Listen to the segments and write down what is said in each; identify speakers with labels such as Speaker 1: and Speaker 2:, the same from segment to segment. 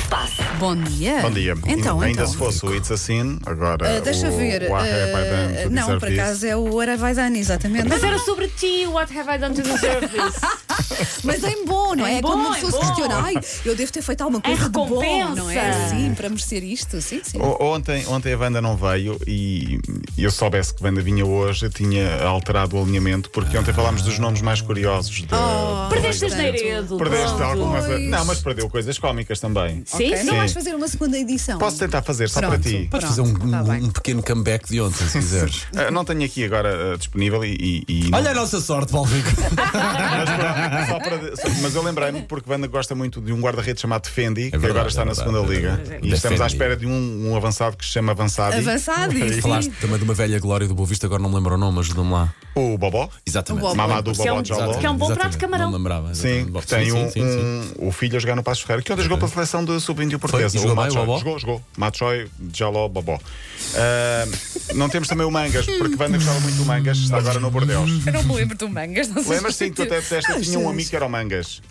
Speaker 1: se passa?
Speaker 2: Bom dia.
Speaker 3: Bom dia.
Speaker 2: Então,
Speaker 3: Ainda
Speaker 2: então.
Speaker 3: se fosse o It's a Sin, agora.
Speaker 2: Ah, deixa
Speaker 3: o,
Speaker 2: ver.
Speaker 3: O é I Have I
Speaker 2: ah,
Speaker 3: Done to
Speaker 2: não,
Speaker 3: Deserve
Speaker 2: por
Speaker 3: This?
Speaker 2: acaso é o Aravaidani, exatamente.
Speaker 1: Mas era sobre ti, what have I done to deserve this?
Speaker 2: Mas é em bom, É não é?
Speaker 1: É
Speaker 2: É
Speaker 1: bom,
Speaker 2: quando uma
Speaker 1: é
Speaker 2: pessoa se
Speaker 1: bom.
Speaker 2: questiona, ai, eu devo ter feito alguma coisa de bom, não é?
Speaker 1: recompensa.
Speaker 2: Sim, para merecer isto, sim, sim.
Speaker 3: O- Ontem, ontem a Wanda não veio e eu soubesse que Wanda vinha hoje, eu tinha alterado o alinhamento, porque ontem falámos dos nomes mais curiosos da.
Speaker 2: Oh.
Speaker 1: Perdeste
Speaker 2: Portanto,
Speaker 1: asneiredo.
Speaker 3: Perdeste
Speaker 1: pronto.
Speaker 3: algumas. eh,
Speaker 2: Pois.
Speaker 3: Não, mas perdeu coisas cómicas também.
Speaker 1: Sim,
Speaker 2: Ok?
Speaker 1: sim.
Speaker 2: Não vais
Speaker 3: Sim.
Speaker 2: fazer uma segunda edição.
Speaker 3: Posso tentar fazer só para
Speaker 2: Pronto.
Speaker 3: ti?
Speaker 2: Pronto,
Speaker 4: Podes fazer um,
Speaker 2: tá bem.
Speaker 4: um- um pequeno comeback de ontem, se quiseres.
Speaker 3: Ah, não tenho aqui agora ah, disponível e. e- e-
Speaker 4: Olha a nossa sorte, Valvico.
Speaker 3: Mas, pronto, só para- só- mas eu lembrei-me porque Wanda gosta muito de um guarda-redes chamado Fendi, que
Speaker 4: verdade,
Speaker 3: agora está
Speaker 4: é
Speaker 3: na
Speaker 4: verdade,
Speaker 3: segunda
Speaker 4: é
Speaker 3: liga.
Speaker 4: verdade.
Speaker 3: E
Speaker 4: Da
Speaker 3: estamos à
Speaker 4: Fendi.
Speaker 3: espera de um, um avançado que se chama Avançado.
Speaker 2: Avançado, sim.
Speaker 4: Falaste também de uma velha glória do Boa Vista, agora não me lembro o nome, ajuda-me lá.
Speaker 3: O Bobó.
Speaker 4: Exatamente.
Speaker 2: O Bob.
Speaker 3: Mamadou
Speaker 1: Isso é
Speaker 3: Bobó
Speaker 1: um-
Speaker 3: Joló.
Speaker 1: Que é um bom prato de camarão.
Speaker 4: Não me lembrava.
Speaker 3: Sim,
Speaker 4: exatamente.
Speaker 3: que tem um,
Speaker 4: sim, sim, sim.
Speaker 3: um- o filho a jogar no Passo Ferreira, que ontem jogou pela seleção do Sub-21 portuguesa.
Speaker 4: E jogou bem,
Speaker 3: Matsoi.
Speaker 4: o Bobó?
Speaker 3: Jogou, jogou. Matsoi, Jaló, Bobó. Ah, não temos também o Mangas, porque Wanda gostava muito do Mangas, está agora no Bordeus.
Speaker 2: Eu não me lembro do mangas, não sei.
Speaker 3: Lembras sim que tu até disseste que tinha um
Speaker 2: Achas?
Speaker 3: amigo que era o Mangas?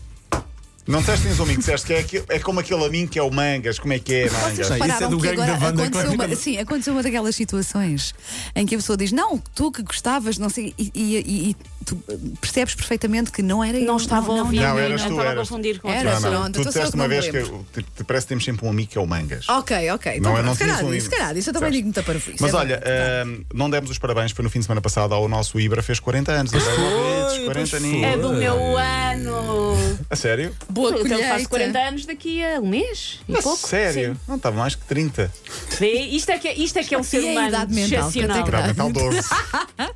Speaker 3: Não disseste que tinhas um amigo, disseste que é, aquele- é como aquele amigo que é o Mangas, como é que é, Mangas?
Speaker 2: Vocês
Speaker 4: é
Speaker 2: repararam
Speaker 4: do
Speaker 2: que
Speaker 4: gangue
Speaker 2: agora
Speaker 4: da banda
Speaker 2: aconteceu,
Speaker 4: que vai
Speaker 2: uma, sim, aconteceu uma daquelas situações em que a pessoa diz, não, tu que gostavas, não sei, e, e- e- e tu eh, percebes perfeitamente que não era eu,
Speaker 1: Não estava a ouvir,
Speaker 3: não,
Speaker 1: nem
Speaker 3: eras tu,
Speaker 1: estava a
Speaker 3: eras tu.
Speaker 1: confundir com
Speaker 2: Era,
Speaker 1: outra pessoa.
Speaker 2: Joana. Pronto,
Speaker 3: tu
Speaker 2: então só eu
Speaker 3: disseste
Speaker 2: que
Speaker 3: uma
Speaker 2: não me
Speaker 3: vez que
Speaker 2: lembro.
Speaker 3: te, te parece que temos sempre um amigo que é o Mangas.
Speaker 2: Ok, ok. Então,
Speaker 3: Não, eu
Speaker 2: pronto,
Speaker 3: não
Speaker 2: se calhar
Speaker 3: tinha esse
Speaker 2: isso, se
Speaker 3: livro.
Speaker 2: calhar isso eu também
Speaker 3: Sabes?
Speaker 2: digo muita parvoíce.
Speaker 3: Mas
Speaker 2: é
Speaker 3: olha,
Speaker 2: verdade.
Speaker 3: ahm, não demos os parabéns, foi no fim de semana passado ao nosso Ibra, fez 40 anos. Ibra Rodrigues,
Speaker 4: foi,
Speaker 3: 40
Speaker 4: pois
Speaker 3: aninhos.
Speaker 4: foi.
Speaker 1: É do meu ano.
Speaker 3: A sério?
Speaker 2: boa
Speaker 1: Então
Speaker 2: colheita.
Speaker 1: faço 40 anos daqui a um mês e
Speaker 3: A
Speaker 1: pouco.
Speaker 3: sério? Não estava mais que 30.
Speaker 1: Sim. Vê, Isto é que, isto é, que é um ser
Speaker 2: E a
Speaker 1: humano
Speaker 2: idade mental? Quanto é que
Speaker 1: excepcional.
Speaker 2: dá?
Speaker 3: Para aumentar o 12.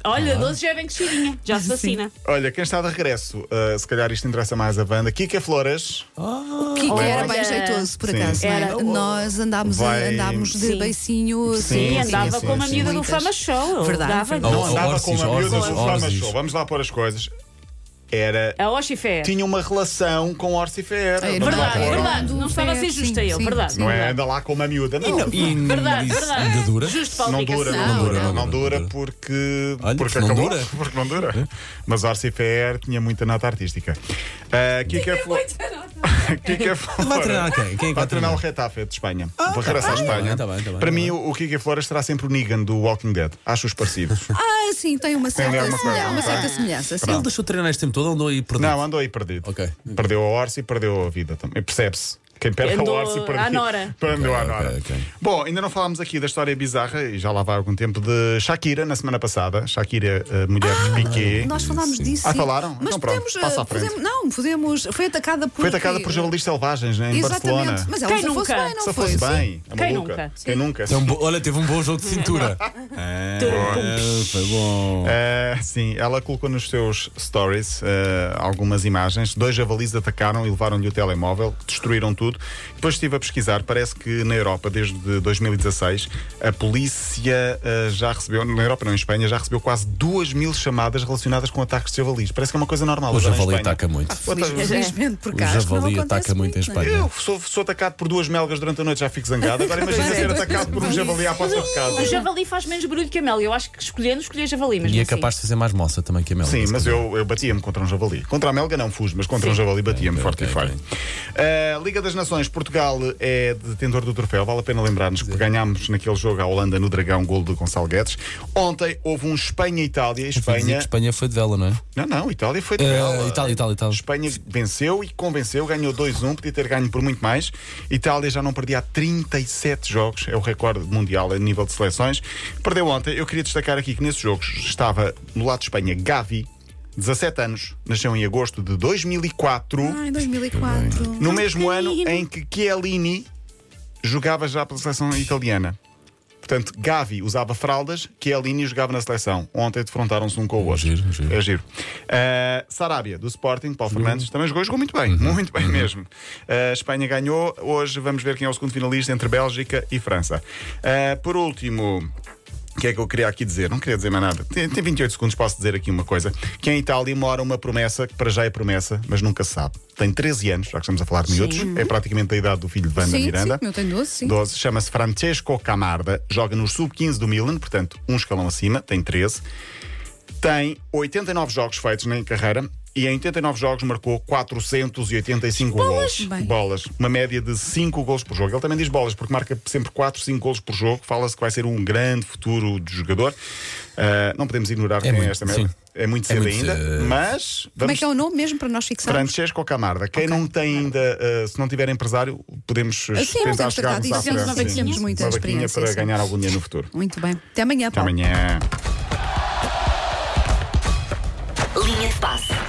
Speaker 1: Olha, 12 já vem crescidinha, já se vacina.
Speaker 3: Olha, quem está de regresso, ah, se calhar isto interessa mais a banda, Kika Flores.
Speaker 2: O que
Speaker 1: Olha.
Speaker 2: era bem jeitoso, por
Speaker 3: Sim.
Speaker 2: acaso. não é?
Speaker 1: Era.
Speaker 2: Nós andámos,
Speaker 3: Vai-
Speaker 2: andámos de
Speaker 1: Sim.
Speaker 2: beicinho. assim,
Speaker 1: E
Speaker 3: Sim,
Speaker 1: andava
Speaker 3: sim,
Speaker 1: com uma
Speaker 3: sim.
Speaker 1: miúda do
Speaker 2: Muitas.
Speaker 1: Fama Show. eu
Speaker 2: Verdade,
Speaker 1: dava
Speaker 2: verdade.
Speaker 3: Não
Speaker 4: Oh,
Speaker 3: andava
Speaker 4: Orsis,
Speaker 3: com uma miúda do
Speaker 4: Orsis,
Speaker 3: Fama
Speaker 4: Orsis.
Speaker 3: Show. Vamos lá pôr as coisas. Era.
Speaker 1: A É Oxifé.
Speaker 3: Tinha uma relação com Orcifer.
Speaker 2: É
Speaker 1: Verdade,
Speaker 2: Não, não,
Speaker 1: verdade.
Speaker 2: não.
Speaker 1: Não estava a
Speaker 2: Sim,
Speaker 1: ser justa eu,
Speaker 2: sim,
Speaker 1: verdade.
Speaker 2: sim.
Speaker 3: um Não é? Anda lá com uma miúda. Não.
Speaker 4: E
Speaker 1: Verdade,
Speaker 4: disse-
Speaker 1: verdade.
Speaker 4: Ainda dura?
Speaker 1: Justo para a
Speaker 3: Não dura, não,
Speaker 1: obrigação.
Speaker 3: dura, não,
Speaker 4: não
Speaker 3: dura,
Speaker 4: dura.
Speaker 3: porque,
Speaker 4: Olha,
Speaker 3: porque
Speaker 4: não
Speaker 3: acabou,
Speaker 4: dura. É.
Speaker 3: porque não dura. Mas Orcifer tinha muita nota artística. Uh, Kika Flo- Kika Flores.
Speaker 4: Vai treinar quem? Quem é que
Speaker 3: Vai
Speaker 4: vai
Speaker 3: treinar o
Speaker 4: treinar?
Speaker 3: Retafe de Espanha. Vou regressar à
Speaker 4: bem,
Speaker 3: Espanha.
Speaker 4: tá bem, tá
Speaker 3: Para
Speaker 4: bem, tá
Speaker 3: mim,
Speaker 4: bem.
Speaker 3: o o Kika Flores será sempre o Negan do Walking Dead. Acho-os parecidos.
Speaker 2: Ah, sim, tem uma certa,
Speaker 3: alguma coisa,
Speaker 2: semelhança, uma
Speaker 3: não
Speaker 2: certa
Speaker 3: é?
Speaker 2: semelhança. sim.
Speaker 4: Ele deixou de treinar este tempo todo, andou aí perdido.
Speaker 3: não, andou aí perdido.
Speaker 4: Ok.
Speaker 3: Perdeu a Orsi e perdeu a vida também. Percebe-se. Quem perde
Speaker 1: Andou
Speaker 3: a Orsi perdeu.
Speaker 1: à Nora.
Speaker 3: Andou à
Speaker 4: Ok,
Speaker 3: Nora.
Speaker 4: ok.
Speaker 3: Bom, ainda não falámos aqui da história bizarra, e já lá vai algum tempo, de Shakira na semana passada. Shakira, a mulher de Piqué.
Speaker 2: Nós falámos disso.
Speaker 3: Ah,
Speaker 2: sim.
Speaker 3: falaram?
Speaker 2: Mas
Speaker 3: Então pronto,
Speaker 2: podemos, eh,
Speaker 3: passa à frente.
Speaker 2: podemos- Não, podemos. Foi atacada por.
Speaker 3: Foi atacada por javalis selvagens, né, em Barcelona.
Speaker 2: Exatamente. Mas ela
Speaker 1: Quem
Speaker 2: se fosse
Speaker 1: nunca?
Speaker 2: bem, não
Speaker 3: Se
Speaker 2: foi?
Speaker 3: fosse
Speaker 2: Sim.
Speaker 3: bem, é
Speaker 1: Quem
Speaker 3: maluca.
Speaker 1: nunca?
Speaker 3: Quem nunca?
Speaker 4: Tem um bo- Olha, teve um bom jogo de cintura. Ah, foi bom.
Speaker 3: Eh, sim, ela colocou nos seus stories eh, algumas imagens. Dois javalis atacaram e levaram-lhe o telemóvel, destruíram tudo. Depois estive a pesquisar, parece que na Europa, desde 2016, a polícia eh, já recebeu, na Europa não, em Espanha, já recebeu quase duas mil chamadas relacionadas com ataques de javalis. Parece que é uma coisa normal.
Speaker 4: O
Speaker 3: agora
Speaker 4: tá
Speaker 3: em
Speaker 4: javali
Speaker 3: Espanha.
Speaker 4: ataca
Speaker 1: Ah,
Speaker 4: muito.
Speaker 3: O ata-
Speaker 2: Felizmente, por
Speaker 4: O
Speaker 2: cá. acho que não
Speaker 4: javali
Speaker 2: acontece
Speaker 4: ataca muito em
Speaker 2: não é?
Speaker 4: Espanha.
Speaker 3: Eu sou, sou atacado por duas melgas durante a noite, já fico zangado. Agora imagina
Speaker 2: Pois é.
Speaker 3: ser atacado por um javali à porta de casa.
Speaker 1: O javali faz menos barulho que a mel. Eu acho que escolhendo, escolhi a javali. Mas assim.
Speaker 4: E é capaz de fazer mais moça também que a Mel.
Speaker 3: Sim, mas eu, eu batia-me contra um javali. Contra a Melga não fujo, mas contra um javali batia-me
Speaker 4: Ok,
Speaker 3: forte
Speaker 4: ok,
Speaker 3: e feio. A Liga das Nações, Portugal é detentor do troféu. Vale a pena lembrar-nos que ganhámos naquele jogo à Holanda no Dragão, golo de Gonçalo Guedes. Ontem houve um Espanha-Itália.
Speaker 4: Espanha...
Speaker 3: Espanha...
Speaker 4: Espanha foi de vela, não é?
Speaker 3: Não, não, Itália foi de vela.
Speaker 4: Eh, Itália, Itália, Itália.
Speaker 3: Espanha venceu e convenceu, ganhou 2-1, podia ter ganho por muito mais. Itália já não perdia há 37 jogos, é o recorde mundial a nível de seleções. Perdeu ontem. Eu queria destacar aqui que nesses jogos estava no lado de Espanha Gavi, 17 anos, nasceu em agosto de 2004,
Speaker 2: Ah, em 2004.
Speaker 3: no mesmo ano
Speaker 1: pequenino.
Speaker 3: em que Chiellini jogava já pela seleção italiana. Portanto, Gavi usava fraldas, Chiellini jogava na seleção. Ontem defrontaram-se um com o outro.
Speaker 4: Giro, giro.
Speaker 3: É giro. Uh, Sarabia, do Sporting, Paulo Fernandes, também jogou, jogou muito bem,
Speaker 4: Uhum.
Speaker 3: muito bem mesmo. Uh, Espanha ganhou, hoje vamos ver quem é o segundo finalista entre Bélgica e França. Uh, por último. O que é que eu queria aqui dizer? Não queria dizer mais nada. Tem, tem 28 segundos, posso dizer aqui uma coisa. Que em Itália mora uma promessa, que para já é promessa, mas nunca se sabe. Tem 13 anos, já que estamos a falar de miúdos, é praticamente da idade do filho de Wanda
Speaker 2: Sim,
Speaker 3: Miranda.
Speaker 2: sim, eu tenho 12, sim.
Speaker 3: 12, chama-se Francesco Camarda, joga no sub-15 do Milan, portanto, um escalão acima, tem 13. Tem 89 jogos feitos na carreira, e em 89 jogos marcou 485 gols.
Speaker 2: Bem.
Speaker 3: Bolas. Uma média de 5 gols por jogo. Ele também diz bolas, porque marca sempre 4, 5 gols por jogo. Fala-se que vai ser um grande futuro de jogador. Ah, não podemos ignorar quem é
Speaker 4: muito,
Speaker 3: esta merda.
Speaker 4: sim.
Speaker 3: É muito cedo
Speaker 4: muito
Speaker 3: ainda,
Speaker 4: cedo.
Speaker 3: mas
Speaker 2: Como
Speaker 3: vamos
Speaker 2: é que é o nome mesmo para nós fixarmos?
Speaker 3: Francesco Camarda. Quem não tem ainda, uh, se não tiver empresário, podemos uh,
Speaker 2: sim, é
Speaker 3: tentar
Speaker 2: podemos tratar
Speaker 3: chegarmos
Speaker 2: disso.
Speaker 3: à
Speaker 1: Fizemos
Speaker 3: frente.
Speaker 1: uma
Speaker 3: Sim,
Speaker 2: Muita
Speaker 1: vaquinha.
Speaker 3: uma vaquinha
Speaker 2: experiência,
Speaker 3: para
Speaker 2: sim. Tá.
Speaker 3: ganhar algum dinheiro no futuro.
Speaker 2: Muito bem. Até amanhã,
Speaker 3: Até
Speaker 2: Paulo.
Speaker 3: amanhã.
Speaker 5: Linha de passe.